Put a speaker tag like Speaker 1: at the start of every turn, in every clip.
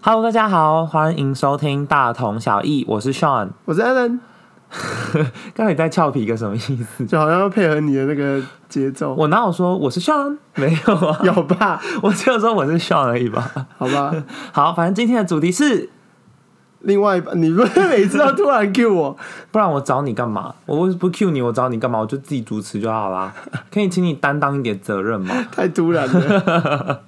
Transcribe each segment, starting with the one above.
Speaker 1: Hello，大家好，欢迎收听大同小异，我是 Sean。
Speaker 2: 我是 Alan，
Speaker 1: 刚才你在俏皮个什么意思？
Speaker 2: 就好像要配合你的那个节奏，
Speaker 1: 我哪有说我是 Sean？没有啊，
Speaker 2: 有吧？
Speaker 1: 我只有说我是 Sean 而已吧。
Speaker 2: 好吧。
Speaker 1: 好，反正今天的主题是，
Speaker 2: 另外一半，你不是每次都突然 Q 我，
Speaker 1: 不然我找你干嘛？我为什么不 cue 你？我找你干嘛？我就自己主持就好啦。可以请你担当一点责任吗？
Speaker 2: 太突然了。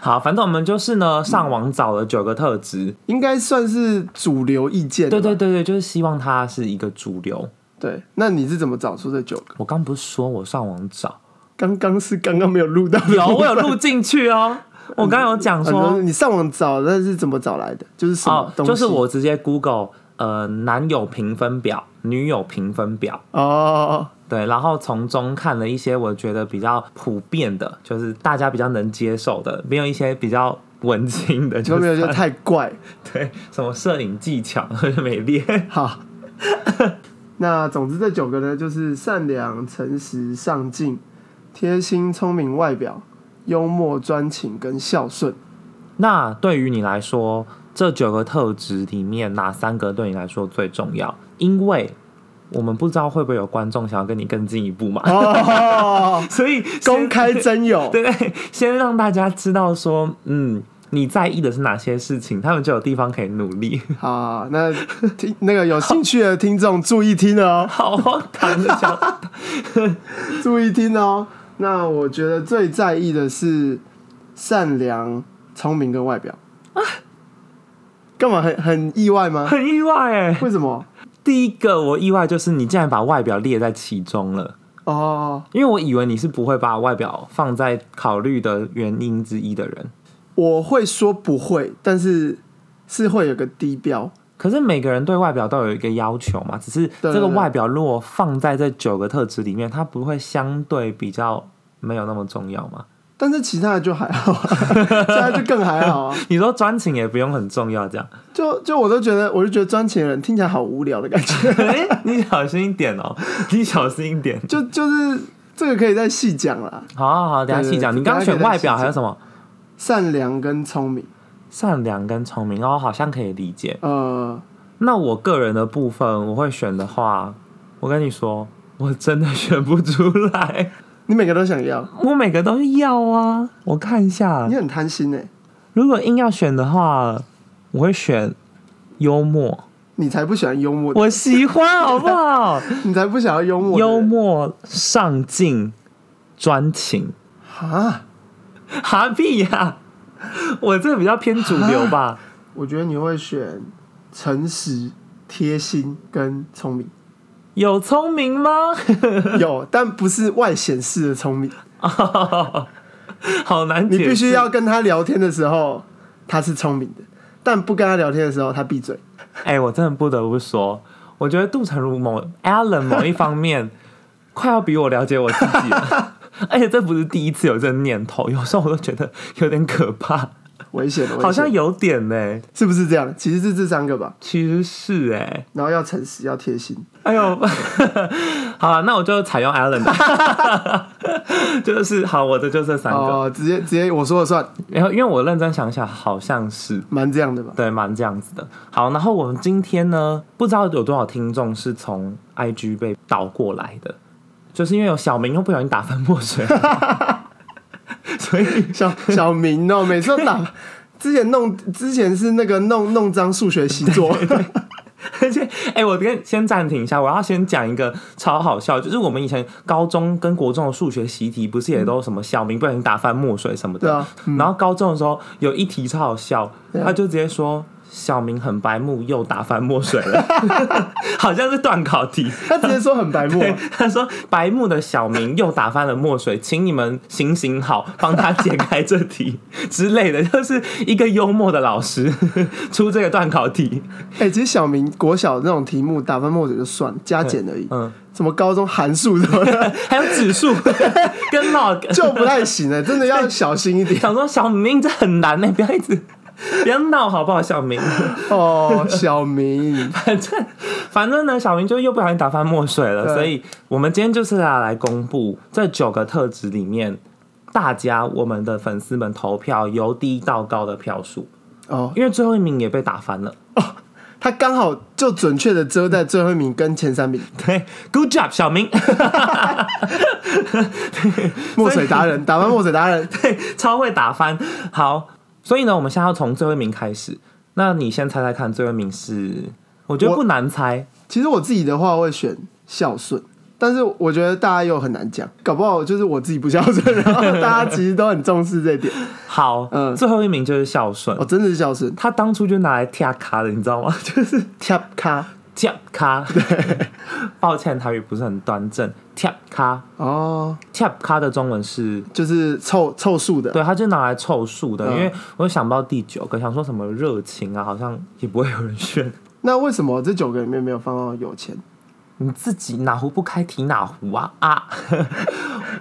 Speaker 1: 好，反正我们就是呢，上网找了九个特质。
Speaker 2: 应该算是主流意见吧。
Speaker 1: 对对对对，就是希望它是一个主流。
Speaker 2: 对。那你是怎么找出这九个？
Speaker 1: 我刚不是说我上网找，
Speaker 2: 刚刚是刚刚没有录到的部分，
Speaker 1: 有我有录进去哦。我刚有讲
Speaker 2: 啊。
Speaker 1: 说
Speaker 2: 你说你上网找，那是怎么找来的？就是什么
Speaker 1: 哦，
Speaker 2: 东西？
Speaker 1: 就是我直接 Google 呃男友评分表、女友评分表，
Speaker 2: 哦，
Speaker 1: 对，然后从中看了一些我觉得比较普遍的，就是大家比较能接受的，没有一些比较文青的，
Speaker 2: 你说
Speaker 1: 就
Speaker 2: 没有
Speaker 1: 是
Speaker 2: 就太怪。
Speaker 1: 对什么摄影技巧美练，
Speaker 2: 好， 那总之这九个呢，就是善良、诚实、上进、贴心、聪明、外表、幽默、专情跟孝顺。
Speaker 1: 那对于你来说，这九个特质里面哪三个对你来说最重要？因为我们不知道会不会有观众想要跟你更进一步嘛，
Speaker 2: 哦，
Speaker 1: 所以
Speaker 2: 公
Speaker 1: 先
Speaker 2: 开真友，
Speaker 1: 对对，先让大家知道说，嗯，你在意的是哪些事情，他们就有地方可以努力。
Speaker 2: 好，那听那个有兴趣的听众注意听哦，
Speaker 1: 好荒唐的小，
Speaker 2: 注意听哦。那我觉得最在意的是善良、聪明跟外表。干嘛很很意外吗？
Speaker 1: 很意外哎。
Speaker 2: 为什么？
Speaker 1: 第一个我意外就是你竟然把外表列在其中了，
Speaker 2: 哦，
Speaker 1: 因为我以为你是不会把外表放在考虑的原因之一的人。
Speaker 2: 我会说不会，但是是会有个低标。
Speaker 1: 可是每个人对外表都有一个要求嘛，只是
Speaker 2: 对
Speaker 1: 这个
Speaker 2: 对对
Speaker 1: 外表如果放在这九个特质里面，它不会相对比较没有那么重要吗？
Speaker 2: 但是其他的就还好、啊， 其他的就更还好啊！
Speaker 1: 你说专情也不用很重要这样。
Speaker 2: 就就我都觉得，我就觉得专情的人听起来好无聊的感觉。
Speaker 1: 哎、你小心一点哦， 你小心一点。
Speaker 2: 就就是这个可以再细讲啦，
Speaker 1: 好好好，等一下
Speaker 2: 对
Speaker 1: 细讲。
Speaker 2: 对
Speaker 1: 你刚刚选外表还有什么？
Speaker 2: 善良跟聪明。
Speaker 1: 善良跟聪明，哦，好像可以理解。
Speaker 2: 呃，
Speaker 1: 那我个人的部分，我会选的话，我跟你说，我真的选不出来。
Speaker 2: 你每个都想要，
Speaker 1: 我每个都要啊，我看一下
Speaker 2: 你。很贪心哎、
Speaker 1: 如果硬要选的话，我会选幽默。
Speaker 2: 你才不喜欢幽默，
Speaker 1: 我喜欢，好不 好？
Speaker 2: 你才不想要幽默的人，
Speaker 1: 幽默、上进、专情。
Speaker 2: 啊！
Speaker 1: 哈屁呀、我这个比较偏主流吧。
Speaker 2: 我觉得你会选诚实、贴心跟聪明，
Speaker 1: 有聪明吗？
Speaker 2: 有，但不是外显示的聪明，
Speaker 1: 好难解
Speaker 2: 你
Speaker 1: 释，
Speaker 2: 必须要跟他聊天的时候他是聪明的，但不跟他聊天的时候他闭嘴。
Speaker 1: 哎、我真的不得不说，我觉得杜成儒某 Alan 某一方面， 快要比我了解我自己了。 而且这不是第一次有这个念头，有时候我都觉得有点可怕，
Speaker 2: 危险的，危险
Speaker 1: 好像有点呢、
Speaker 2: 是不是这样？其实是这三个吧，
Speaker 1: 其实是哎、
Speaker 2: 然后要诚实，要贴心，
Speaker 1: 哎呦， 好了，那我就采用 Alan 吧， 就是好，我的就这三个。
Speaker 2: 哦、直接直接我说了算，
Speaker 1: 然后因为我认真想想，好像是
Speaker 2: 蛮这样的吧。
Speaker 1: 对，蛮这样子的。好，然后我们今天呢，不知道有多少听众是从 IG 被导过来的，就是因为有小明又不小心打翻墨水， 所以
Speaker 2: 小 小明哦，每次都打，之前弄之前是那个弄弄脏数学习 作，
Speaker 1: 而且，哎、我跟先暂停一下，我要先讲一个超好笑，就是我们以前高中跟国中的数学习题，不是也都什么小明不小心打翻墨水什么的。嗯
Speaker 2: 嗯对啊
Speaker 1: 然后高中的时候有一题超好笑，
Speaker 2: 对啊
Speaker 1: 他就直接说。小明很白目，又打翻墨水了， 好像是断考题。
Speaker 2: 他直接说很白目啊、
Speaker 1: 对，他说白目的小明又打翻了墨水，请你们行行好，帮他解开这题 之类的，就是一个幽默的老师 出这个断考题。
Speaker 2: 哎、其实小明国小那种题目打翻墨水就算加减而已，
Speaker 1: 嗯，
Speaker 2: 什么高中函数什么的
Speaker 1: 还有指数跟 log，
Speaker 2: 就不太行了，真的要小心 一点
Speaker 1: 想说小明这很难呢、不要一直。不要闹好不好，小明？
Speaker 2: 哦。小明，
Speaker 1: 反正反正呢，小明就又不小心打翻墨水了，
Speaker 2: 对
Speaker 1: 所以我们今天就是要来公布这九个特质里面，大家我们的粉丝们投票由低到高的票数，
Speaker 2: 哦，
Speaker 1: 因为最后一名也被打翻了。
Speaker 2: 他刚好就准确的遮在最后一名跟前三名，
Speaker 1: 对，Good job，小明，
Speaker 2: 墨水达人打翻墨水达人，
Speaker 1: 对，超会打翻。好，所以呢，我们现在要从最后一名开始。那你先猜猜看，最后一名是？我觉得
Speaker 2: 我
Speaker 1: 不难猜。
Speaker 2: 其实我自己的话会选孝顺，但是我觉得大家又很难讲，搞不好就是我自己不孝顺，然后大家其实都很重视这一点。
Speaker 1: 好，
Speaker 2: 嗯
Speaker 1: 最后一名就是孝顺。
Speaker 2: 哦，真的是孝顺，
Speaker 1: 他当初就拿来跳卡的，你知道吗？ 就是
Speaker 2: 跳咖
Speaker 1: 跳卡。抱歉，台语不是很端正。跳卡，
Speaker 2: 哦，
Speaker 1: 跳卡的中文是
Speaker 2: 就是凑凑数的。
Speaker 1: 对，他就拿来凑数的，
Speaker 2: 嗯
Speaker 1: 因为我想不到第九个，想说什么热情啊，好像也不会有人选。
Speaker 2: 那为什么这九个里面没有放到有钱？
Speaker 1: 你自己哪壶不开提哪壶啊 啊！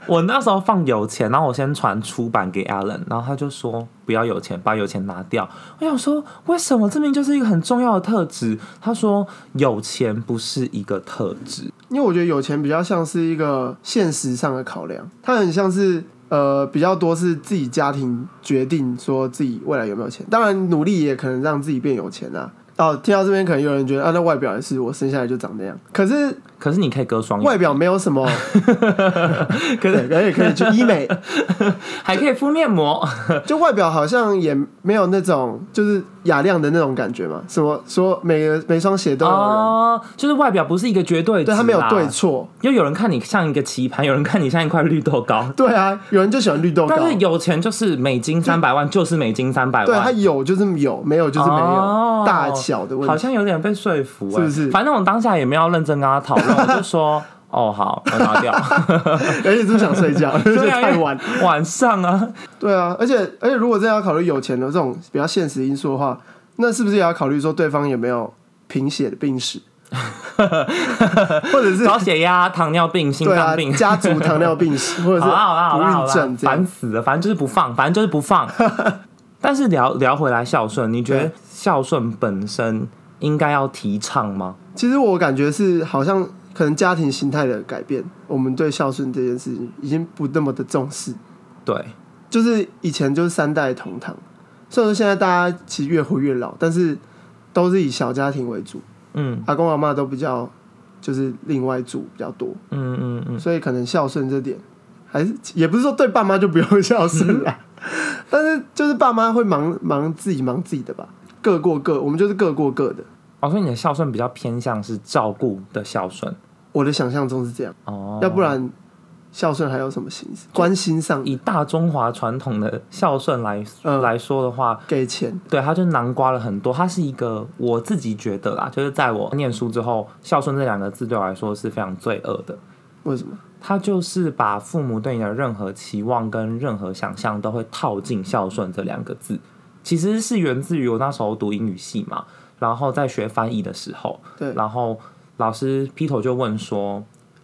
Speaker 1: 我那时候放有钱，然后我先传出版给 Alan，然后他就说不要有钱，把有钱拿掉。我想说为什么？这明明就是一个很重要的特质。他说有钱不是一个特质，
Speaker 2: 因为我觉得有钱比较像是一个现实上的考量，它很像是呃比较多是自己家庭决定说自己未来有没有钱，当然努力也可能让自己变有钱啊。哦，听到这边可能有人觉得啊，那外表也是我生下来就长那样，可是
Speaker 1: 可是你可以割双眼，
Speaker 2: 外表没有 什么，
Speaker 1: 可
Speaker 2: 对，
Speaker 1: 是
Speaker 2: 可能也可以去医美，
Speaker 1: 还可以敷面膜。
Speaker 2: 就外表好像也没有那种就是雅亮的那种感觉嘛，什么说每个每双鞋都有人，
Speaker 1: 哦，就是外表不是一个绝对值
Speaker 2: 对
Speaker 1: 啦，
Speaker 2: 他没有对错，
Speaker 1: 又有人看你像一个棋盘，有人看你像一块绿豆 糕。
Speaker 2: 对啊，有人就喜欢绿豆糕
Speaker 1: 但，是有钱就是美金三百万，就是美金三百
Speaker 2: 对他
Speaker 1: 万，
Speaker 2: 有就是有，没有就是没有，
Speaker 1: 啊哦
Speaker 2: 大小的问
Speaker 1: 好
Speaker 2: 题。
Speaker 1: 像有点被说服、欸，
Speaker 2: 是不是
Speaker 1: 反正我当下也没有认真跟他 讨论，我就说。哦，好，我拿掉。
Speaker 2: 而且是不想睡 觉，而且
Speaker 1: 对啊，因为
Speaker 2: 太晚。
Speaker 1: 晚上啊，
Speaker 2: 对啊，而且而且如果真的要考虑有钱的这种比较现实因素的话，那是不是也要考虑说对方有没有贫血的病 史，或者是
Speaker 1: 高血压、糖尿病、心
Speaker 2: 对
Speaker 1: 脏
Speaker 2: 啊
Speaker 1: 病，
Speaker 2: 家族糖尿病史， 或者
Speaker 1: 好
Speaker 2: 是
Speaker 1: 啦好啦好啦好
Speaker 2: 不孕
Speaker 1: 啦
Speaker 2: 症，这
Speaker 1: 烦
Speaker 2: 样？
Speaker 1: 死了，反正就是不放，反正就是不 放。但是聊聊回来孝顺，你觉得
Speaker 2: 对
Speaker 1: 孝顺本身应该要提倡吗？
Speaker 2: 其实我感觉是好像可能家庭形态的改变，我们对孝顺这件事情已经不那么的重视。
Speaker 1: 对，
Speaker 2: 就是以前就是三代同堂，虽然说现在大家其实越活越老，但是都是以小家庭为主，
Speaker 1: 嗯
Speaker 2: 阿公阿妈都比较就是另外住比较多，
Speaker 1: 嗯嗯嗯，
Speaker 2: 所以可能孝顺这点还是也不是说对爸妈就不用孝顺 啦，但是就是爸妈会忙忙自己忙自己的吧，各过各，我们就是各过各的。
Speaker 1: 哦，所以你的孝顺比较偏向是照顾的孝顺
Speaker 2: 我的想象中是这样，
Speaker 1: 哦，
Speaker 2: 要不然孝顺还有什么形式？关心上
Speaker 1: 以大中华传统的孝顺来、
Speaker 2: 嗯
Speaker 1: 来说的话，
Speaker 2: 给钱，
Speaker 1: 对，它就囊括了很多。它是一个我自己觉得啦，就是在我念书之后，孝顺这两个字对我来说是非常罪恶的。
Speaker 2: 为什么？
Speaker 1: 它就是把父母对你的任何期望跟任何想象都会套进孝顺这两个字，其实是源自于我那时候读英语系嘛，然后在学翻译的时候，
Speaker 2: 对，
Speaker 1: 然后老师 Peter 就问说，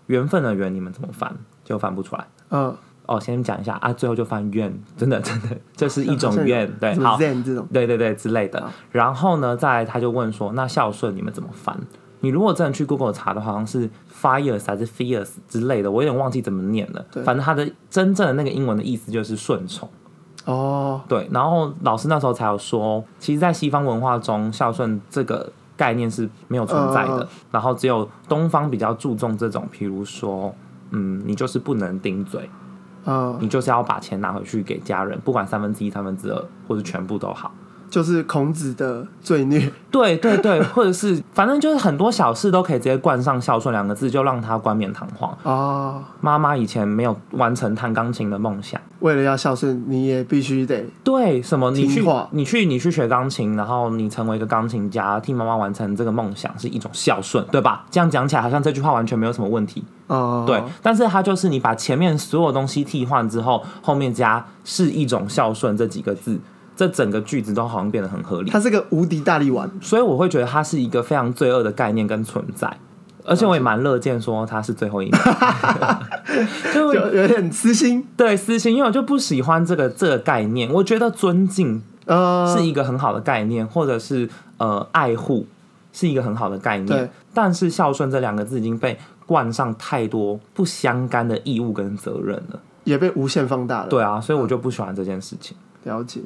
Speaker 1: 缘分的缘你们怎么翻？就翻不出来。
Speaker 2: 嗯，
Speaker 1: 哦，先讲一下啊，最后就翻怨，真的真的， 这是一种怨，对，
Speaker 2: 什么
Speaker 1: 好，
Speaker 2: Zen 这种，
Speaker 1: 对对对之类的。然后呢，再来他就问说，那孝顺你们怎么翻？你如果真的去 Google 查的话，好像是 fires 还是 fears 之类的，我有点忘记怎么念了
Speaker 2: 对。
Speaker 1: 反正它的真正的那个英文的意思就是顺从。
Speaker 2: 哦，
Speaker 1: 对，然后老师那时候才有说，哦其实，在西方文化中，孝顺这个概念是没有存在的，
Speaker 2: 嗯嗯嗯
Speaker 1: 然后只有东方比较注重这种，比如说，嗯，你就是不能顶嘴，
Speaker 2: 嗯，
Speaker 1: 你就是要把钱拿回去给家人，不管三分之一、三分之二或者全部都好。
Speaker 2: 就是孔子的罪孽，
Speaker 1: 对对对， 或者是反正就是很多小事都可以直接冠上孝顺两个字，就让他冠冕堂皇。
Speaker 2: 哦，
Speaker 1: 妈妈以前没有完成弹钢琴的梦想，
Speaker 2: 为了要孝顺，你也必须得
Speaker 1: 对什么你去
Speaker 2: 听话
Speaker 1: 你去你去学钢琴，然后你成为一个钢琴家，替妈妈完成这个梦想是一种孝顺，对吧？这样讲起来好像这句话完全没有什么问题，
Speaker 2: 哦，
Speaker 1: 对。但是它就是你把前面所有东西替换之后，后面加是一种孝顺这几个字，这整个句子都好像变得很合理。
Speaker 2: 他是个无敌大力丸，
Speaker 1: 所以我会觉得它是一个非常罪恶的概念跟存在，而且我也蛮乐见说它是最后 一名，
Speaker 2: 就
Speaker 1: 就
Speaker 2: 有点私心，
Speaker 1: 对私心，因为我就不喜欢这个这个概念，我觉得尊敬
Speaker 2: 呃，
Speaker 1: 是一个很好的概念，或者是呃爱护是一个很好的概念
Speaker 2: 对，
Speaker 1: 但是孝顺这两个字已经被冠上太多不相干的义务跟责任了，
Speaker 2: 也被无限放大了，
Speaker 1: 对啊，所以我就不喜欢这件事情。
Speaker 2: 了解。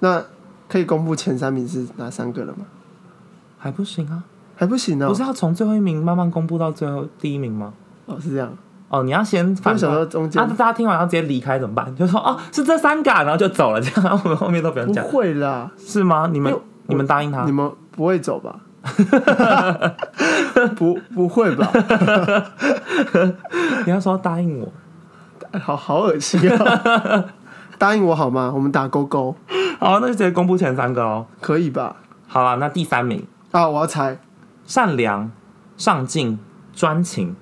Speaker 2: 那可以公布前三名是哪三个了吗？
Speaker 1: 还不行啊？
Speaker 2: 还不行哦
Speaker 1: 不是，要从最后一名慢慢公布到最后第一名吗？
Speaker 2: 哦是这样，
Speaker 1: 哦，你要先
Speaker 2: 我
Speaker 1: 反
Speaker 2: 想
Speaker 1: 过
Speaker 2: 到
Speaker 1: 来
Speaker 2: 中
Speaker 1: 啊，
Speaker 2: 间
Speaker 1: 大家听完要直接离开怎么办？就说哦，是这三个啊，然后就走了，这样然后我们后面都不用
Speaker 2: 不
Speaker 1: 讲，
Speaker 2: 会啦，
Speaker 1: 是吗？你
Speaker 2: 因
Speaker 1: 们
Speaker 2: 为
Speaker 1: 你们答应他
Speaker 2: 你？们不会 走吧？不不会吧？
Speaker 1: 你要说答应我，
Speaker 2: 好好恶心啊！ 答应我好吗？我们打勾勾
Speaker 1: 好，那就直接公布前三个哦。
Speaker 2: 可以吧？
Speaker 1: 好了，那第三名，
Speaker 2: 啊，我要猜，
Speaker 1: 善良、上进、专情，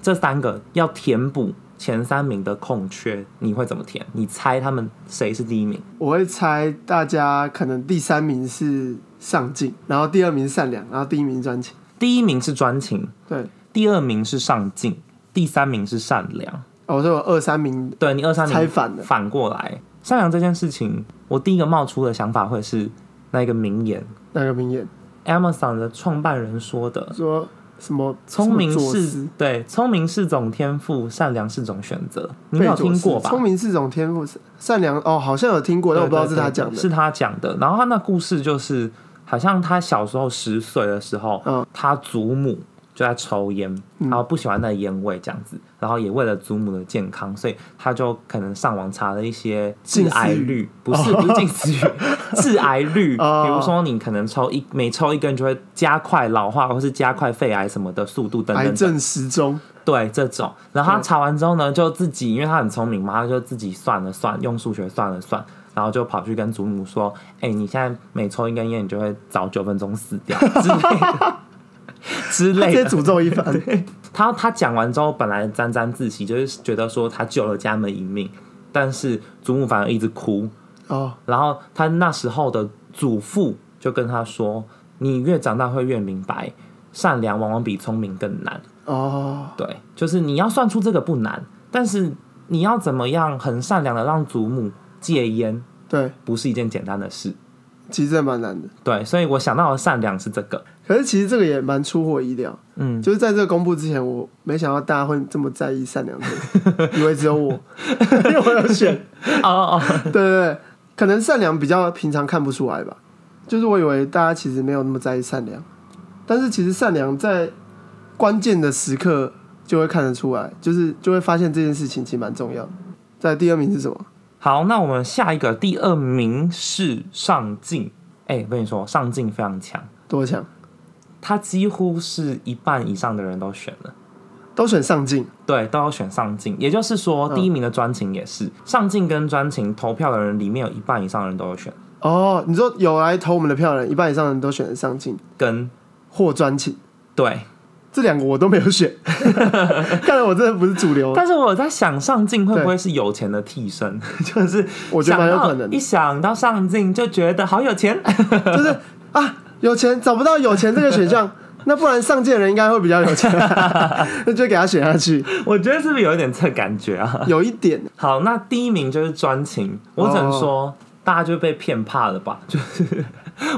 Speaker 1: 这三个要填补前三名的空缺，你会怎么填？你猜他们谁是第一名？
Speaker 2: 我会猜大家可能第三名是上进，然后第二名是善良，然后第一名是专情。
Speaker 1: 第一名是专情，
Speaker 2: 对，
Speaker 1: 第二名是上进，第三名是善良。
Speaker 2: 哦，我说我二三名
Speaker 1: 对你二三名
Speaker 2: 猜反了。
Speaker 1: 反过来，善良这件事情，我第一个冒出的想法会是那个名言
Speaker 2: 那个名言
Speaker 1: ，Amazon 的创办人说的
Speaker 2: 说什么？：“
Speaker 1: 聪明
Speaker 2: 什么佐
Speaker 1: 是
Speaker 2: 斯
Speaker 1: 对，聪明是种天赋，善良是种选择。”你没有
Speaker 2: 贝佐
Speaker 1: 听
Speaker 2: 斯
Speaker 1: 过吧？
Speaker 2: 聪明是种天赋，善良哦，好像有听过，但我不知道
Speaker 1: 对
Speaker 2: 是
Speaker 1: 对
Speaker 2: 他
Speaker 1: 对
Speaker 2: 讲的。
Speaker 1: 是他讲的。然后他那故事就是，好像他小时候十岁的时候，
Speaker 2: 嗯
Speaker 1: 他祖母就在抽烟，然后不喜欢那个烟味这样子，然后也为了祖母的健康，所以他就可能上网查了一些致
Speaker 2: 近似
Speaker 1: 癌
Speaker 2: 语
Speaker 1: 率，不是不是近似率， 致癌率，
Speaker 2: 哦
Speaker 1: 比如说你可能抽一每抽一根就会加快老化，或是加快肺癌什么的速度等等
Speaker 2: 癌
Speaker 1: 等
Speaker 2: 症时钟，
Speaker 1: 对这种，然后他
Speaker 2: 对
Speaker 1: 查完之后呢，就自己，因为他很聪明嘛，他就自己算了算，用数学算了算，然后就跑去跟祖母说：“哎、你现在每抽一根烟，你就会早九分钟死掉之类 的，之
Speaker 2: 他直
Speaker 1: 类
Speaker 2: 接
Speaker 1: 的。
Speaker 2: 诅咒 一番。
Speaker 1: 他”他讲完之后，本来沾沾自喜，就是觉得说他救了家门一命，但是祖母反而一直哭，
Speaker 2: 哦，
Speaker 1: 然后他那时候的祖父就跟他说：“你越长大会越明白，善良往往比聪明更难。”
Speaker 2: 哦，
Speaker 1: 对，就是你要算出这个不难，但是你要怎么样很善良的让祖母戒烟，
Speaker 2: 对，
Speaker 1: 不是一件简单的事。
Speaker 2: 其实真的蛮难的。
Speaker 1: 对，所以我想到的善良是这个。
Speaker 2: 可是其实这个也蛮出乎我意料，
Speaker 1: 嗯，
Speaker 2: 就是在这个公布之前，我没想到大家会这么在意善良的， 以为只有我，因为我有选，
Speaker 1: 哦哦，哦
Speaker 2: 对对对，可能善良比较平常看不出来吧，就是我以为大家其实没有那么在意善良，但是其实善良在关键的时刻就会看得出来，就是就会发现这件事情其实蛮重要的。在第二名是什么？
Speaker 1: 好，那我们下一个第二名是上进。哎、我跟你说，上进非常强，
Speaker 2: 多强，
Speaker 1: 他几乎是一半以上的人都选了。
Speaker 2: 都选上进，
Speaker 1: 对，都要选上进，也就是说，
Speaker 2: 嗯
Speaker 1: 第一名的专情也是、上进跟专情投票的人里面有一半以上的人都有选，
Speaker 2: 哦，你说有来投我们的票的人，一半以上的人都选了上进
Speaker 1: 跟
Speaker 2: 或专情，
Speaker 1: 对
Speaker 2: 这两个我都没有选，看来我真的不是 主流，
Speaker 1: 但是我在想，上镜会不会是有钱的替身？ 就是
Speaker 2: 我觉得蛮有可
Speaker 1: 想
Speaker 2: 能的
Speaker 1: 到一想到上镜就觉得好有钱。
Speaker 2: 就是啊，有钱找不到有钱这个选项，那不然上届人应该会比较有钱，那就给他选下去，
Speaker 1: 我觉得是不是有一点这感觉啊？
Speaker 2: 有一点
Speaker 1: 好，那第一名就是专情，我只能说、
Speaker 2: 哦
Speaker 1: 大家就被骗怕了吧？ 就是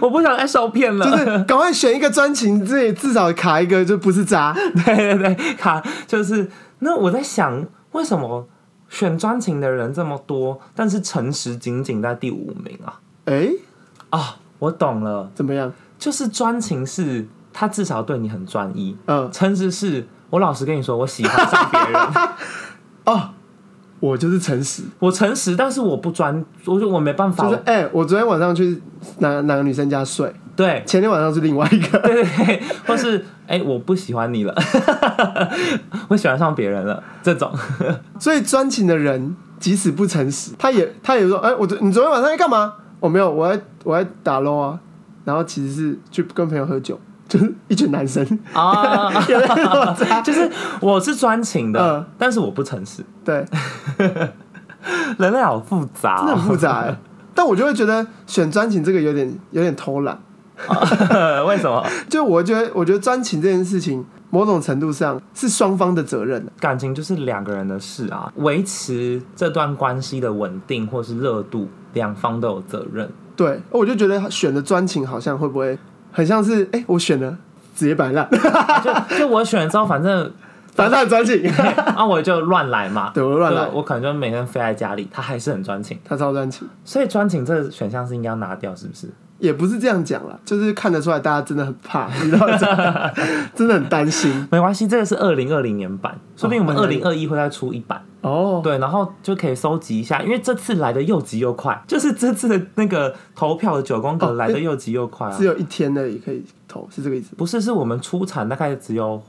Speaker 1: 我不想再受骗了。
Speaker 2: 就是赶快选一个专情，自己至少卡一个就不是渣，
Speaker 1: 对对对，卡就是那我在想，为什么选专情的人这么多，但是诚实仅仅在第五名啊？
Speaker 2: 哎、
Speaker 1: 啊、我懂了，
Speaker 2: 怎么样？
Speaker 1: 就是专情是他至少对你很专一，
Speaker 2: 嗯，
Speaker 1: 诚实是我老实跟你说，我喜欢上别 人，
Speaker 2: 哦，我就是诚实，
Speaker 1: 我诚实，但是我不专，我就我没办法，
Speaker 2: 就是
Speaker 1: 我
Speaker 2: 哎、我昨天晚上去哪哪个女生家睡，
Speaker 1: 对
Speaker 2: 前天晚上是另外一个，
Speaker 1: 对对对，或是哎、我不喜欢你了， 我喜欢上别人了，这种
Speaker 2: 所以专情的人即使不诚实，他也他也说，哎、我昨你昨天晚上在干嘛？我、没有，我在我在打 l 啊，然后其实是去跟朋友喝酒，就是一群男生。
Speaker 1: 啊，
Speaker 2: 有没有那么渣
Speaker 1: 就是我是专情的，
Speaker 2: 嗯
Speaker 1: 但是我不诚实，
Speaker 2: 对，
Speaker 1: 人类好复杂、
Speaker 2: 真的很
Speaker 1: 哦，
Speaker 2: 复杂 欸。但我就会觉得选专情这个有点有点偷懒，
Speaker 1: 为什么
Speaker 2: 就我觉得我觉得专情这件事情，某种程度上是双方的责任。啊
Speaker 1: 感情就是两个人的事啊？维持这段关系的稳定或是热度，两方都有责任。
Speaker 2: 对，我就觉得选的专情好像会不会很像是，哎、我选了直接摆烂，
Speaker 1: 就就我选了之后，反正
Speaker 2: 反正他很专情，
Speaker 1: 啊，我就乱来嘛，
Speaker 2: 对我乱来
Speaker 1: 我可能就每天飞在家里，他还是很专情，
Speaker 2: 他超专情。
Speaker 1: 所以专情这个选项是应该要拿掉，是不是？
Speaker 2: 也不是这样讲啦，就是看得出来大家真的很怕， 你知道吗， 真的很担心
Speaker 1: 没关系，这个是二零二零年版，说不定我们
Speaker 2: 哦
Speaker 1: 二零二一会再出一版。
Speaker 2: 哦。
Speaker 1: 对，然后就可以收集一下，因为这次来的又急又快，就是这次的那个投票的九宫格
Speaker 2: 哦
Speaker 1: 来的又急又快啊，
Speaker 2: 只有一天而已可以投，是这个意思。
Speaker 1: 不是，是我们出产大概只有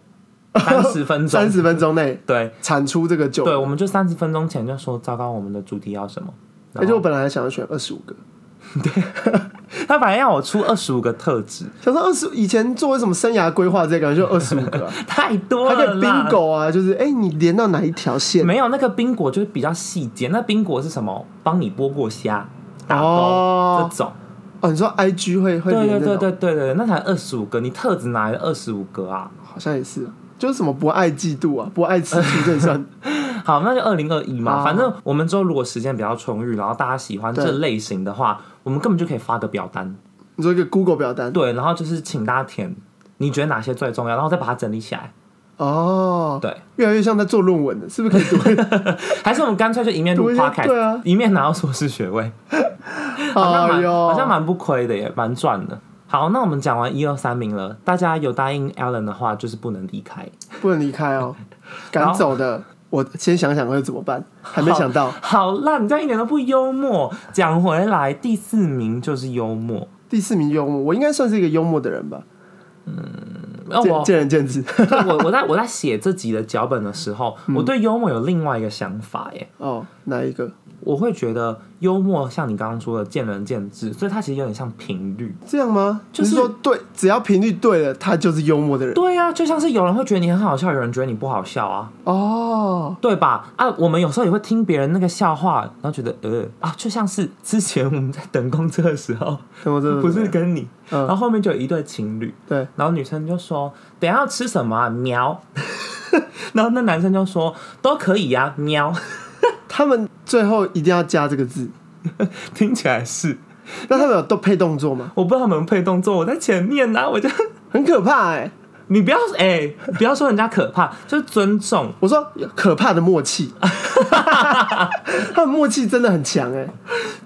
Speaker 1: 三十分钟
Speaker 2: 三，十分钟内
Speaker 1: 对
Speaker 2: 产出这个九，
Speaker 1: 对，我们就三十分钟前就说，糟糕，我们的主题要什么？
Speaker 2: 而
Speaker 1: 然
Speaker 2: 且我
Speaker 1: 后
Speaker 2: 本来还想要选二十五个，
Speaker 1: 他本来要我出二十五个特质，
Speaker 2: 想说二十以前做为什么生涯规划这些，感觉就二十五 个、啊，
Speaker 1: 太多
Speaker 2: 还可以
Speaker 1: 了啦。
Speaker 2: bingo 啊，就是哎、你连到哪一条线？
Speaker 1: 没有那个冰果就是比较细节，那冰果是什么？帮你剥过虾、打勾、
Speaker 2: 哦
Speaker 1: 这种。
Speaker 2: 哦，你说 IG 会会
Speaker 1: 对对
Speaker 2: 连那
Speaker 1: 对
Speaker 2: 种，
Speaker 1: 对对对，那才二十五个，你特质哪来的二十五个啊？
Speaker 2: 好像也是，就是什么不爱嫉妒啊，不 爱吃醋这算
Speaker 1: 好，那就二零二一嘛。
Speaker 2: 哦
Speaker 1: 反正我们之后如果时间比较充裕，然后大家喜欢这
Speaker 2: 对
Speaker 1: 类型的话，我们根本就可以发个表单，
Speaker 2: 你说一个 Google 表单
Speaker 1: 对，然后就是请大家填，你觉得哪些最重要，然后再把它整理起来。
Speaker 2: 哦，
Speaker 1: 对，
Speaker 2: 越来越像在做论文的，是不是可以读？
Speaker 1: 还是我们干脆就一面录
Speaker 2: 多一些
Speaker 1: podcast，
Speaker 2: 对啊
Speaker 1: 一面拿到硕士学位， 好像
Speaker 2: 哎
Speaker 1: 蛮、
Speaker 2: 呦，
Speaker 1: 好像蛮不亏的耶，蛮赚的。好，那我们讲完一二三名了，大家有答应 Alan 的话，就是不能离开。
Speaker 2: 不能离 开哦，赶走的。我先想想会怎么办，还没想到。
Speaker 1: 好啦，你这样一点都不幽默。讲回来，第四名就是幽默。
Speaker 2: 第四名幽默，我应该算是一个幽默的人吧，
Speaker 1: 那哦我
Speaker 2: 见见仁见智。
Speaker 1: 对 我我在我在写这集的脚本的时候，我对幽默有另外一个想法耶。
Speaker 2: 哦，哪一个？
Speaker 1: 我会觉得幽默像你刚刚说的见仁见智，所以它其实有点像频率。
Speaker 2: 这样吗？
Speaker 1: 就
Speaker 2: 你
Speaker 1: 是
Speaker 2: 是说对，只要频率对了，他就是幽默的人。
Speaker 1: 对啊，就像是有人会觉得你很好笑，有人觉得你不好笑啊，
Speaker 2: 哦，
Speaker 1: 对吧？啊，我们有时候也会听别人那个笑话，然后觉得呃啊，就像是之前我们在等公车的时候，
Speaker 2: 等我这
Speaker 1: 不是跟你，
Speaker 2: 嗯
Speaker 1: 然后后面就有一对情侣，
Speaker 2: 对，
Speaker 1: 然后女生就说：“等一下要吃什么啊？喵。” 然后那男生就说：“都可以呀、啊，喵。
Speaker 2: 他们最后一定要加这个字。”
Speaker 1: 听起来是，
Speaker 2: 那他们有都配动作吗？
Speaker 1: 我不知道他们配动作，我在前面呢、我就
Speaker 2: 很可怕哎、
Speaker 1: 你不要哎、不要说人家可怕，就是尊重。
Speaker 2: 我说可怕的默契， 他们默契真的很强哎、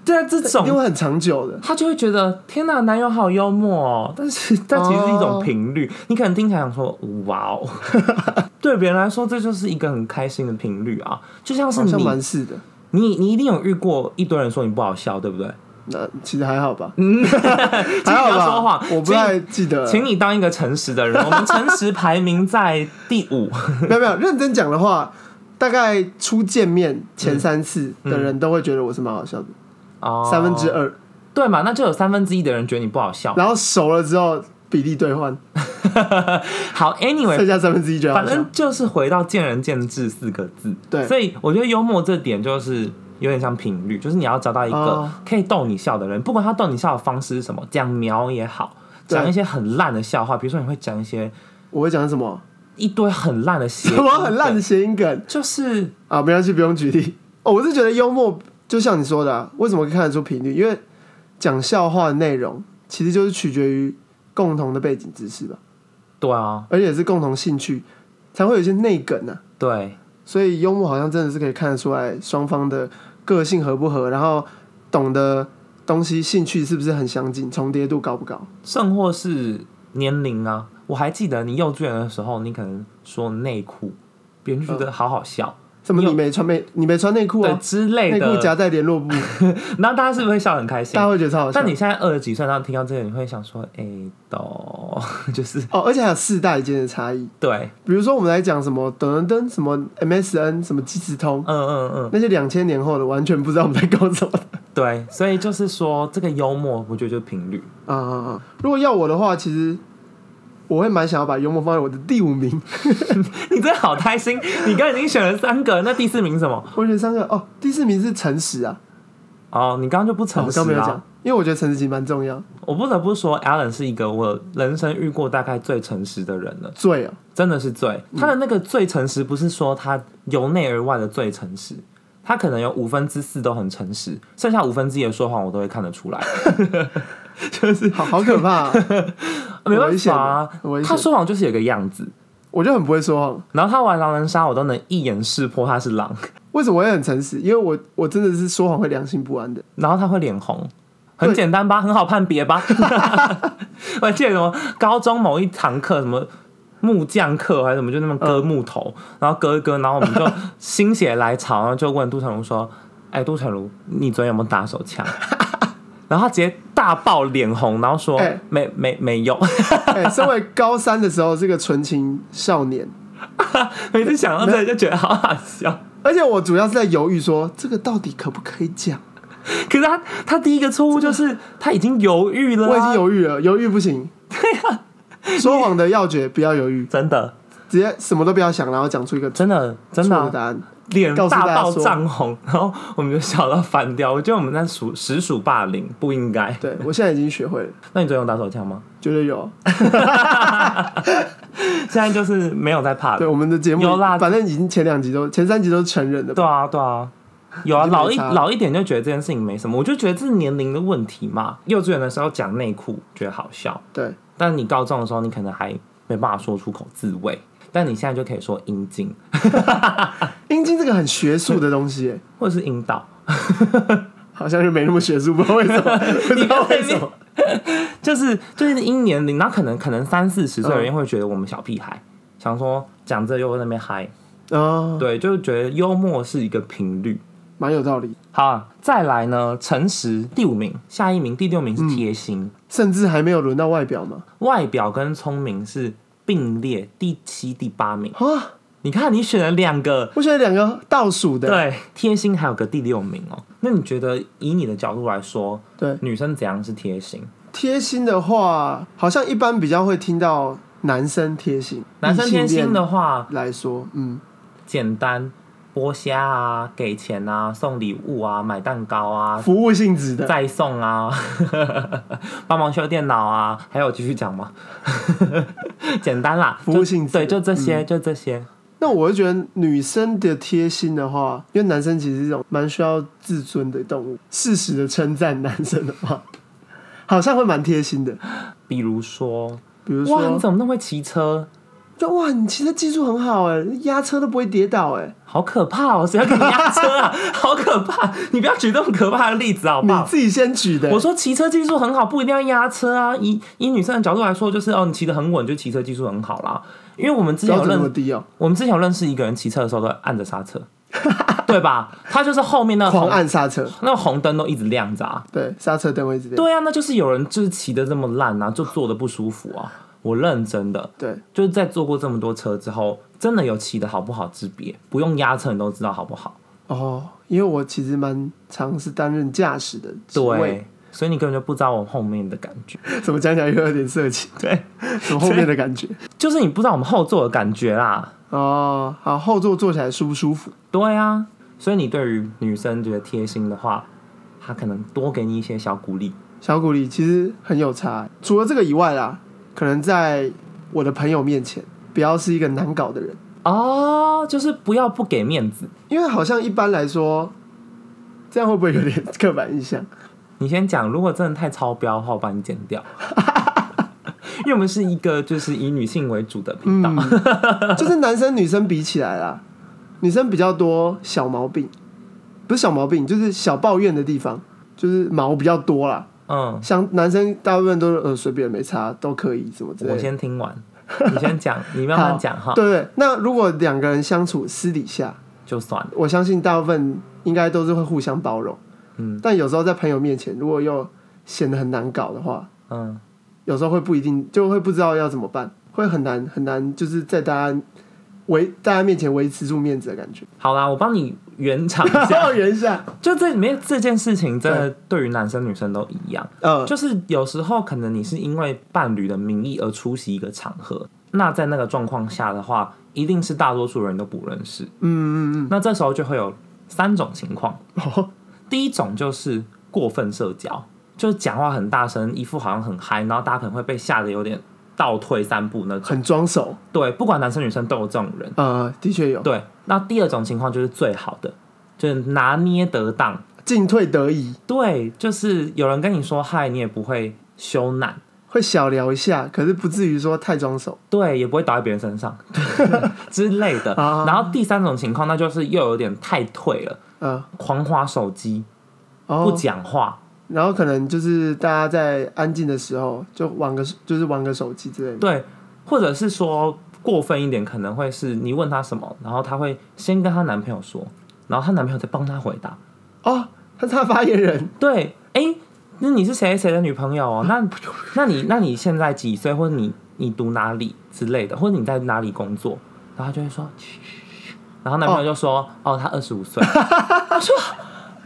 Speaker 1: 对啊，这
Speaker 2: 因
Speaker 1: 种
Speaker 2: 为很长久的。
Speaker 1: 他就会觉得天哪，男友好幽默哦。但是 但其实是一种频率，你可能听起来想说哇哦， 对别人来说这就是一个很开心的频率啊，就像是
Speaker 2: 好像
Speaker 1: 你
Speaker 2: 蛮是的。
Speaker 1: 你你一定有遇过一堆人说你不好笑，对不对？
Speaker 2: 那其实还好吧，
Speaker 1: 请
Speaker 2: 还
Speaker 1: 你
Speaker 2: 好
Speaker 1: 嗯不要
Speaker 2: 吧，
Speaker 1: 说谎，
Speaker 2: 我不
Speaker 1: 请你
Speaker 2: 太记得了。
Speaker 1: 请你当一个诚实的 人，我们诚实排名在第五。
Speaker 2: 没有没有，认真讲的话，大概初见面前三次的人都会觉得我是蛮好笑的，
Speaker 1: 嗯哦
Speaker 2: 三分之二。
Speaker 1: 对嘛？那就有三分之一的人觉得你不好笑。
Speaker 2: 然后熟了之后比例兑换，
Speaker 1: 好，anyway，
Speaker 2: 剩下三分之一觉得好
Speaker 1: 反
Speaker 2: 笑。
Speaker 1: 正就是回到见仁见智四个字。
Speaker 2: 对
Speaker 1: 所以我觉得幽默这点就是有点像频率，就是你要找到一个
Speaker 2: 哦
Speaker 1: 可以逗你笑的人，不管他逗你笑的方式是什么，讲苗也好，
Speaker 2: 对
Speaker 1: 讲一些很烂的笑话，比如说你会讲一些
Speaker 2: 我会讲什么？
Speaker 1: 一堆很烂的谐，
Speaker 2: 什么很烂的，谐音梗
Speaker 1: 就是
Speaker 2: 啊？没关系，不用举例。哦，我是觉得幽默，就像你说的、啊，为什么可以看得出频率？因为讲笑话的内容其实就是取决于共同的背景知识吧，
Speaker 1: 对啊，
Speaker 2: 而且是共同兴趣，才会有一些内梗啊。
Speaker 1: 对。
Speaker 2: 所以幽默好像真的是可以看得出来双方的个性合不合，然后懂的东西、兴趣是不是很相近，重叠度高不高？
Speaker 1: 甚或是年龄啊。我还记得你幼稚园的时候，你可能说内裤，别人就觉得好好笑，
Speaker 2: 什么
Speaker 1: 你有
Speaker 2: 你没穿没你没穿嗯内裤
Speaker 1: 对
Speaker 2: 啊？
Speaker 1: 之类
Speaker 2: 内
Speaker 1: 的
Speaker 2: 裤，夹在联络部，
Speaker 1: 然后大家是不是会笑得很开心
Speaker 2: 大家？会觉得超好笑
Speaker 1: 但。你现在二十几岁，然后听到这个，你会想说，哎、都 就是
Speaker 2: 哦，而且还有世代间的差异，
Speaker 1: 对，
Speaker 2: 比如说我们来讲什么等等噔、什么 MSN、什么即时通
Speaker 1: 嗯，嗯嗯，
Speaker 2: 那些两千年后的完全不知道我们在搞什么的。
Speaker 1: 对，所以就是说，这个幽默，我觉得就是频率。
Speaker 2: 啊啊啊！如果要我的话，其实我会蛮想要把幽默放在我的第五名，
Speaker 1: 你真的好开心，你刚刚已经选了三个，那第四名是什么？
Speaker 2: 我觉得三个哦，第四名是诚实啊，
Speaker 1: 哦，你刚刚就不
Speaker 2: 哦
Speaker 1: 诚
Speaker 2: 我
Speaker 1: 实
Speaker 2: 刚没有
Speaker 1: 啊
Speaker 2: 讲。，因为我觉得诚实其实蛮重要。
Speaker 1: 我不得不说，Alan 是一个我人生遇过大概最诚实的人了。
Speaker 2: 醉哦，
Speaker 1: 真的是最，他的那个最诚实，不是说他由内而外的最诚实，他可能有五分之四都很诚实，剩下五分之一的说谎我都会看得出来，就是
Speaker 2: 好好可怕、啊，
Speaker 1: 没
Speaker 2: 很
Speaker 1: 办
Speaker 2: 危险
Speaker 1: 法、啊
Speaker 2: 很危，险
Speaker 1: 他说谎就是有个样子，
Speaker 2: 我就很不会说谎。
Speaker 1: 然后他玩狼人杀，我都能一眼识破他是狼，
Speaker 2: 为什么我会很诚实？因为我我真的是说谎会良心不安的。
Speaker 1: 然后他会脸红，很
Speaker 2: 对
Speaker 1: 简单吧，很好判别吧。 我还记得什么高中某一堂课什么。木匠课还是什么，就那么
Speaker 2: 嗯
Speaker 1: 割木头，然后割一割，然后我们就心血来潮，然后就问杜成儒说：“哎，杜成儒，你昨天有没有打手枪？” 然后他直接大爆脸红，然后说：“
Speaker 2: 哎
Speaker 1: 没没没有。
Speaker 2: 哎、身为高三的时候是个纯情少年，”
Speaker 1: 每次想到这里就觉得好好笑。
Speaker 2: 而且我主要是在犹豫说这个到底可不可以讲。
Speaker 1: 可是他他第一个错误就是他已经犹豫了啊、
Speaker 2: 我已经犹豫了，犹豫不行。 对呀，说谎的要诀不要犹豫，
Speaker 1: 真的
Speaker 2: 直接什么都不要想，然后讲出一个
Speaker 1: 真的真
Speaker 2: 错
Speaker 1: 的啊、
Speaker 2: 的答案。
Speaker 1: 脸
Speaker 2: 告诉
Speaker 1: 大
Speaker 2: 大家
Speaker 1: 爆
Speaker 2: 说
Speaker 1: 涨红，然后我们就笑到翻掉。我觉得我们在属实属霸凌，不应该。
Speaker 2: 对我现在已经学会了，
Speaker 1: 那你昨天有打手枪吗？
Speaker 2: 绝对有。
Speaker 1: 现在就是没有在怕
Speaker 2: 对
Speaker 1: 了。
Speaker 2: 我们的节目
Speaker 1: 有啦，
Speaker 2: 反正已经前两集都前三集都承认了。
Speaker 1: 对啊，对啊，有啊。
Speaker 2: 已经没
Speaker 1: 老一
Speaker 2: 差了
Speaker 1: 老一点就觉得这件事情没什么，我就觉得这是年龄的问题嘛。幼稚园的时候讲内裤觉得好笑，
Speaker 2: 对，
Speaker 1: 但你高中的时候你可能还没办法说出口自慰，但你现在就可以说阴茎
Speaker 2: 阴茎这个很学术的东西、哎
Speaker 1: 或者是阴道。
Speaker 2: 好像就没那么学术，不知道为什么， 不知道为什么。
Speaker 1: 就是就是因年龄，那可能可能三四十岁的人
Speaker 2: 嗯
Speaker 1: 会觉得我们小屁孩，想说讲这又在那边嗨，
Speaker 2: 啊，
Speaker 1: 对，就是觉得幽默是一个频率。
Speaker 2: 蛮有道理，
Speaker 1: 好啊、再来呢，诚实第五名，下一名第六名
Speaker 2: 嗯
Speaker 1: 是贴心，
Speaker 2: 甚至还没有轮到外表嘛。
Speaker 1: 外表跟聪明是并列第七、第八名。
Speaker 2: 啊，
Speaker 1: 你看，你选了两个，
Speaker 2: 我选两个倒数的，
Speaker 1: 对，贴心还有个第六名哦。那你觉得以你的角度来说，
Speaker 2: 对，
Speaker 1: 女生怎样是贴心？
Speaker 2: 贴心的话，好像一般比较会听到男生贴心，
Speaker 1: 男生贴心的话，
Speaker 2: 异性恋来说，嗯，
Speaker 1: 简单剥虾啊，给钱啊，送礼物啊，买蛋糕啊，
Speaker 2: 服务性质的，
Speaker 1: 再送啊， 帮忙修电脑啊，还有继续讲吗？ 简单啦，
Speaker 2: 服务
Speaker 1: 就
Speaker 2: 性质嗯
Speaker 1: 对，就这些，就这些。
Speaker 2: 那我会觉得女生的贴心的话，因为男生其实是一种蛮需要自尊的动物，适时的称赞男生的话，好像会蛮贴心的。
Speaker 1: 比如说，
Speaker 2: 比如
Speaker 1: 哇，你
Speaker 2: 说，
Speaker 1: 怎么那么会骑车？
Speaker 2: 就哇，你骑车技术很好哎，压车都不会跌倒哎，
Speaker 1: 好可怕哦！谁要给你压车啊？ 好可怕！你不要举这种可怕的例子好不
Speaker 2: 你
Speaker 1: 好？
Speaker 2: 自己先举的。
Speaker 1: 我说骑车技术很好，不一定要压车啊。以以女生的角度来说，就是哦，你骑得很稳，就骑车技术很好啦。因为我们之前
Speaker 2: 标
Speaker 1: 有
Speaker 2: 准
Speaker 1: 认
Speaker 2: 那么低哦、
Speaker 1: 我们之前有认识一个人骑车的时候都按着刹 车，对吧？他就是后面那个
Speaker 2: 狂
Speaker 1: 红
Speaker 2: 按刹车，
Speaker 1: 那个红灯都一直亮着啊。
Speaker 2: 对，刹车灯会一直亮。
Speaker 1: 对啊，那就是有人就是骑的这么烂啊，就坐的不舒服啊。我认真的，
Speaker 2: 对，
Speaker 1: 就是在坐过这么多车之后，真的有骑的好不好之别，不用压车你都知道好不好。
Speaker 2: 哦，因为我其实蛮常是担任驾驶的职位，
Speaker 1: 对，所以你根本就不知道我后面的感觉，
Speaker 2: 怎么讲起来又有点色情，
Speaker 1: 对，
Speaker 2: 什么后面的感觉。
Speaker 1: 就是你不知道我们后座的感觉啦。
Speaker 2: 哦，好，后座坐起来舒不舒服？
Speaker 1: 对啊，所以你对于女生觉得贴心的话，她可能多给你一些小鼓励。
Speaker 2: 小鼓励其实很有差、欸除了这个以外啦，可能在我的朋友面前，不要是一个难搞的人，
Speaker 1: 哦，就是不要不给面子。
Speaker 2: 因为好像一般来说，这样会不会有点 刻板印象？
Speaker 1: 你先讲，如果真的太超标的话，我帮你剪掉。 因为我们是一个就是以女性为主的频道，
Speaker 2: 嗯，就是男生女生比起来啦，女生比较多小毛病，不是小毛病，就是小抱怨的地方，就是毛比较多啦。
Speaker 1: 嗯，
Speaker 2: 像男生大部分都是呃随便没差都可以什么之类
Speaker 1: 我
Speaker 2: 的。
Speaker 1: 先听完，你先讲，你慢
Speaker 2: 好
Speaker 1: 慢讲哈，
Speaker 2: 对对，那如果两个人相处私底下，
Speaker 1: 就算了。
Speaker 2: 我相信大部分应该都是会互相包容。
Speaker 1: 嗯
Speaker 2: 但有时候在朋友面前，如果又显得很难搞的话，
Speaker 1: 嗯，
Speaker 2: 有时候会不一定就会不知道要怎么办，会很难很难，就是在大家维大家面前维持住面子的感觉。
Speaker 1: 好啦，我帮你圆 场一下。
Speaker 2: 要圆一下，
Speaker 1: 就这里面这件事情，真的对于男生女生都一样。
Speaker 2: 呃，
Speaker 1: 就是有时候可能你是因为伴侣的名义而出席一个场合，那在那个状况下的话，一定是大多数人都不认识。
Speaker 2: 嗯嗯
Speaker 1: 那这时候就会有三种情况。
Speaker 2: 嗯，哦，
Speaker 1: 第一种就是过分社交，就是讲话很大声，一副好像很嗨，然后大家可能会被吓得有点倒退三步那种。
Speaker 2: 很装熟，
Speaker 1: 对，不管男生女生都有这种人。
Speaker 2: 呃，的确有
Speaker 1: 对，那第二种情况就是最好的，就是拿捏得当。
Speaker 2: 进退得宜，
Speaker 1: 对，就是有人跟你说嗨，你也不会羞赧，
Speaker 2: 会小聊一下，可是不至于说太装熟。
Speaker 1: 对，也不会倒在别人身上 之类的。
Speaker 2: 啊
Speaker 1: 然后第三种情况，那就是又有点太退了，
Speaker 2: 嗯，
Speaker 1: 狂划手机，不
Speaker 2: 哦，
Speaker 1: 讲话。
Speaker 2: 然后可能就是大家在安静的时候就玩个，就是玩个手机之类的。
Speaker 1: 对，或者是说过分一点，可能会是你问她什么，然后她会先跟她男朋友说，然后她男朋友再帮她回答。
Speaker 2: 哦，他是他发言 人，
Speaker 1: 对，哎，那你是谁谁的女朋友哦？那那你那你现在几岁，或者你你读哪里之类的，或者你在哪里工作？然后她就会说，嘘嘘嘘然后男朋友就说，哦，他二十五岁。她说，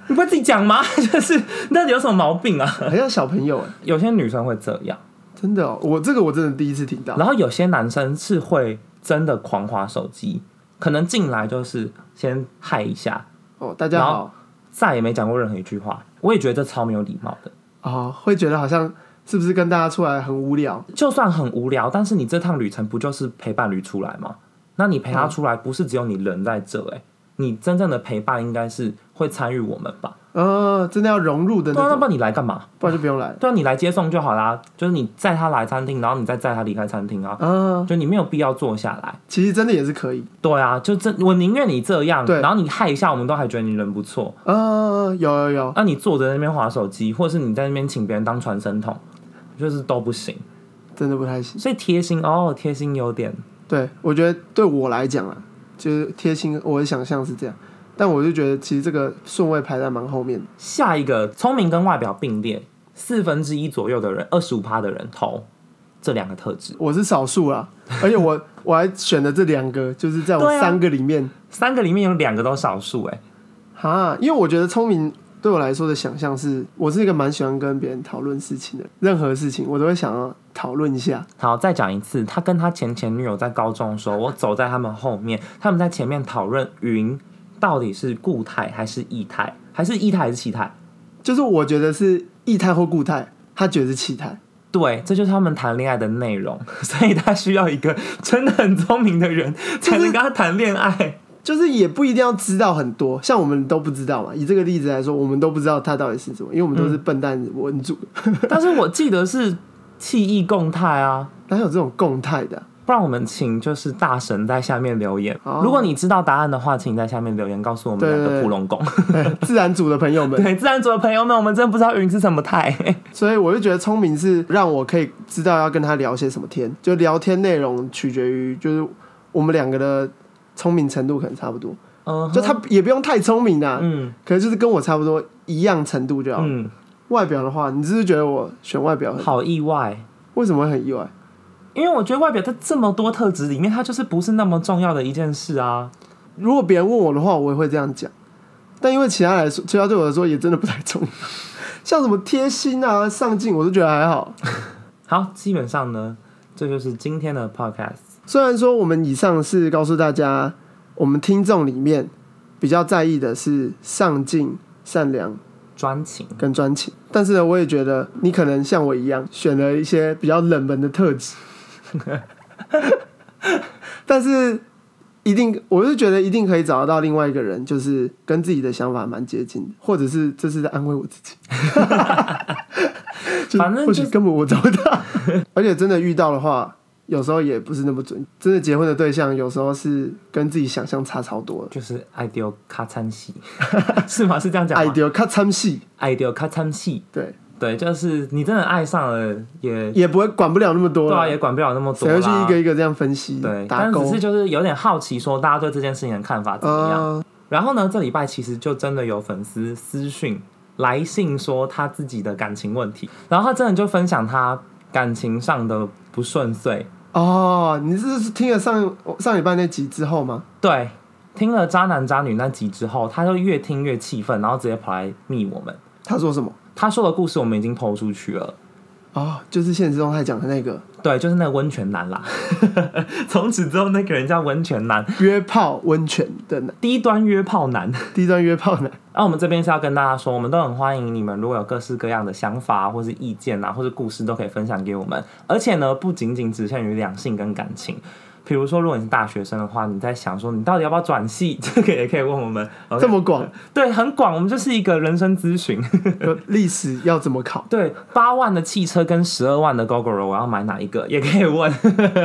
Speaker 1: 你不会自己讲吗？ 就是那你有什么毛病啊？
Speaker 2: 很像小朋友哎，
Speaker 1: 有些女生会这样，
Speaker 2: 真的、哦，我这个我真的第一次听到。
Speaker 1: 然后有些男生是会真的狂滑手机，可能进来就是先嗨一下，
Speaker 2: 哦，大家好
Speaker 1: 再也没讲过任何一句话。我也觉得这超没有礼貌的。
Speaker 2: 哦，会觉得好像是不是跟大家出来很无聊？
Speaker 1: 就算很无聊，但是你这趟旅程不就是陪伴侣出来吗？那你陪他出来，不是只有你人在这、欸，你真正的陪伴应该是会参与我们吧？
Speaker 2: 呃，真的要融入的
Speaker 1: 对啊，那
Speaker 2: 那种，
Speaker 1: 不然你来干嘛？
Speaker 2: 不然就不用来了。
Speaker 1: 对啊，你来接送就好啦，就是你载他来餐厅，然后你再载他离开餐厅啊，
Speaker 2: 啊，
Speaker 1: 就你没有必要坐下来。
Speaker 2: 其实真的也是可以。
Speaker 1: 对啊，就这，我宁愿你这样，
Speaker 2: 对
Speaker 1: 然后你害一下，我们都还觉得你人不错。
Speaker 2: 啊，有有有，
Speaker 1: 那、你坐着在那边划手机，或者是你在那边请别人当传声筒，就是都不行。
Speaker 2: 真的不太行。
Speaker 1: 所以贴心哦，贴心有点
Speaker 2: 对，我觉得对我来讲啊，就是贴心，我的想象是这样，但我就觉得其实这个顺位排在蛮后面的。
Speaker 1: 下一个聪明跟外表并列，四分之一左右的人，二十五趴的人投这两个特质，
Speaker 2: 我是少数 啦，而且我我还选了这两个，就是在我
Speaker 1: 对啊
Speaker 2: 三个里面
Speaker 1: 三个里面有两个都少数哎、
Speaker 2: 哈，因为我觉得聪明对我来说的想象是，我是一个蛮喜欢跟别人讨论事情的，任何事情我都会想要讨论一下。
Speaker 1: 好，再讲一次，他跟他前前女友在高中的时候，我走在他们后面，他们在前面讨论云到底是固态还是液态，还是液态还是气态。
Speaker 2: 就是我觉得是液态或固态，他觉得是气态。
Speaker 1: 对，这就是他们谈恋爱的内容， 所以他需要一个真的很聪明的人才能跟他谈恋爱。
Speaker 2: 就是也不一定要知道很多，像我们都不知道嘛。以这个例子来说，我们都不知道他到底是什么，因为我们都是笨蛋文组，
Speaker 1: 但是我记得是气液共态啊，
Speaker 2: 哪有这种共态 的啊、
Speaker 1: 不然我们请就是大神在下面留言。
Speaker 2: 哦
Speaker 1: 如果你知道答案的话，请在下面留言告诉我们
Speaker 2: 对
Speaker 1: 两
Speaker 2: 对
Speaker 1: 个
Speaker 2: 对
Speaker 1: 普龙宫。
Speaker 2: 哎自然组的朋友 们，
Speaker 1: 对，自然组的朋友们，我们真的不知道 云是什么态。
Speaker 2: 所以我就觉得聪明是让我可以知道要跟他聊些什么天，就聊天内容取决于就是我们两个的聪明程度可能差不多，
Speaker 1: 嗯哼，
Speaker 2: 就他也不用太聪明啦、
Speaker 1: 嗯
Speaker 2: 可能就是跟我差不多一样程度就好。
Speaker 1: 嗯，
Speaker 2: 外表的话，你是不是觉得我选外表很
Speaker 1: 好意外，
Speaker 2: 为什么会很意外？
Speaker 1: 因为我觉得外表在这么多特质里面，它就是不是那么重要的一件事啊。
Speaker 2: 如果别人问我的话，我也会这样讲。但因为其他来说，其他对我来说也真的不太重要， 像什么贴心啊、上进，我都觉得还好。
Speaker 1: 好，基本上呢，这就是今天的 podcast。
Speaker 2: 虽然说我们以上是告诉大家，我们听众里面比较在意的是上进、善良
Speaker 1: 专情，
Speaker 2: 跟专情，但是呢，我也觉得你可能像我一样，选了一些比较冷门的特质。 但是一定，我是觉得一定可以找得到另外一个人，就是跟自己的想法蛮接近的，或者是这是在安慰我自己。 就
Speaker 1: 反正
Speaker 2: 或
Speaker 1: 就
Speaker 2: 许根本我找不到， 而且真的遇到的话，有时候也不是那么准。真的结婚的对象，有时候是跟自己想象差超多的。
Speaker 1: 就是 ideal 卡餐 系，是吗？是这样讲
Speaker 2: 爱
Speaker 1: 吗
Speaker 2: 丢咔参戏，
Speaker 1: ？ideal 卡餐系，
Speaker 2: 对，
Speaker 1: 对，就是你真的爱上了，也
Speaker 2: 也不会管不了那么多
Speaker 1: 对啊，
Speaker 2: 啦
Speaker 1: 也管不了那么多
Speaker 2: 啊谁
Speaker 1: 啦。
Speaker 2: 会去一个一个这样分析
Speaker 1: 对，
Speaker 2: 打
Speaker 1: 但只
Speaker 2: 勾
Speaker 1: 是？就是有点好奇，说大家对这件事情的看法怎么样？
Speaker 2: 呃，
Speaker 1: 然后呢，这礼拜其实就真的有粉丝私讯来信说他自己的感情问题，然后他真的就分享他感情上的不顺遂。
Speaker 2: 哦，你这是听了上上礼拜那集之后吗？
Speaker 1: 对，听了渣男渣女那集之后，他就越听越气愤，然后直接跑来密我们。
Speaker 2: 他说什么？
Speaker 1: 他说的故事我们已经投出去了，
Speaker 2: 哦，就是现实中态讲的那个
Speaker 1: 对，就是那个温泉男啦。 从此之后，那个人叫温泉男，
Speaker 2: 约炮温泉的男，
Speaker 1: 低端约炮男。
Speaker 2: 低端约炮男。
Speaker 1: 那、我们这边是要跟大家说，我们都很欢迎你们，如果有各式各样的想法或是意见啊，或是故事，都可以分享给我们。而且呢，不仅仅只限于两性跟感情，比如说，如果你是大学生的话，你在想说你到底要不要转系，这个也可以问我们。
Speaker 2: 这么广，
Speaker 1: 对，很广，我们就是一个人生咨询。
Speaker 2: 有历史要怎么考？
Speaker 1: 对，八万的汽车跟十二万的 GoGoRo，我要买哪一个？也可以问。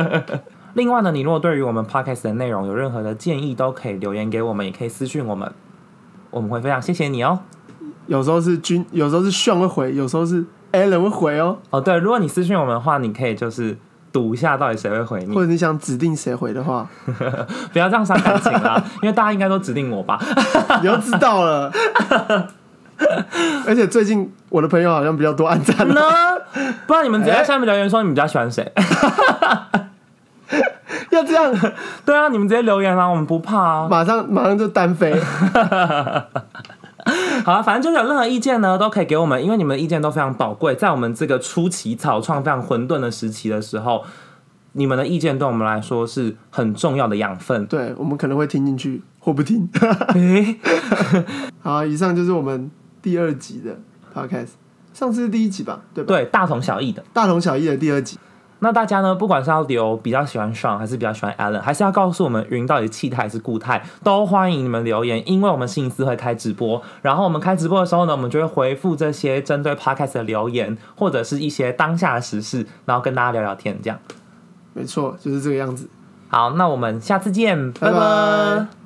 Speaker 1: 另外呢，你如果对于我们 Podcast 的内容有任何的建议，都可以留言给我们，也可以私讯我们，我们会非常谢谢你哦。
Speaker 2: 有时候是君，有时候是炫会回，有时候是 Allen 会回哦，
Speaker 1: 哦，对，如果你私讯我们的话，你可以就是赌一下到底谁会回你
Speaker 2: 或，者你想指定谁回的话，
Speaker 1: 不要这样伤感情啦，因为大家应该都指定我吧。啊
Speaker 2: 你就知道了。 而且最近我的朋友好像比较多暗 赞了，
Speaker 1: 呢，不然你们直接在下面留言说你们比较喜欢谁？
Speaker 2: 要这样
Speaker 1: 对啊，你们直接留言啊，我们不怕啊。
Speaker 2: 马上马上就单飞。。
Speaker 1: 好了，反正就是有任何意见呢，都可以给我们，因为你们的意见都非常宝贵。在我们这个初期草创非常混沌的时期的时候，你们的意见对我们来说是很重要的养分
Speaker 2: 对，我们可能会听进去或不听。
Speaker 1: 诶
Speaker 2: 好，以上就是我们第二集的 podcast，上次是第一集吧，对吧？
Speaker 1: 对，大同小异的。
Speaker 2: 大同小异的第二集。
Speaker 1: 那大家呢，不管是要留比较喜欢 Sean 还是比较喜欢 Allen，还是要告诉我们云到底是气态还是固态，都欢迎你们留言，因为我们星期四会开直播。然后我们开直播的时候呢，我们就会回复这些针对 Podcast 的留言，或者是一些当下的时事，然后跟大家聊聊天这样。
Speaker 2: 没错，就是这个样子。
Speaker 1: 好，那我们下次见，拜
Speaker 2: 拜
Speaker 1: 拜
Speaker 2: 拜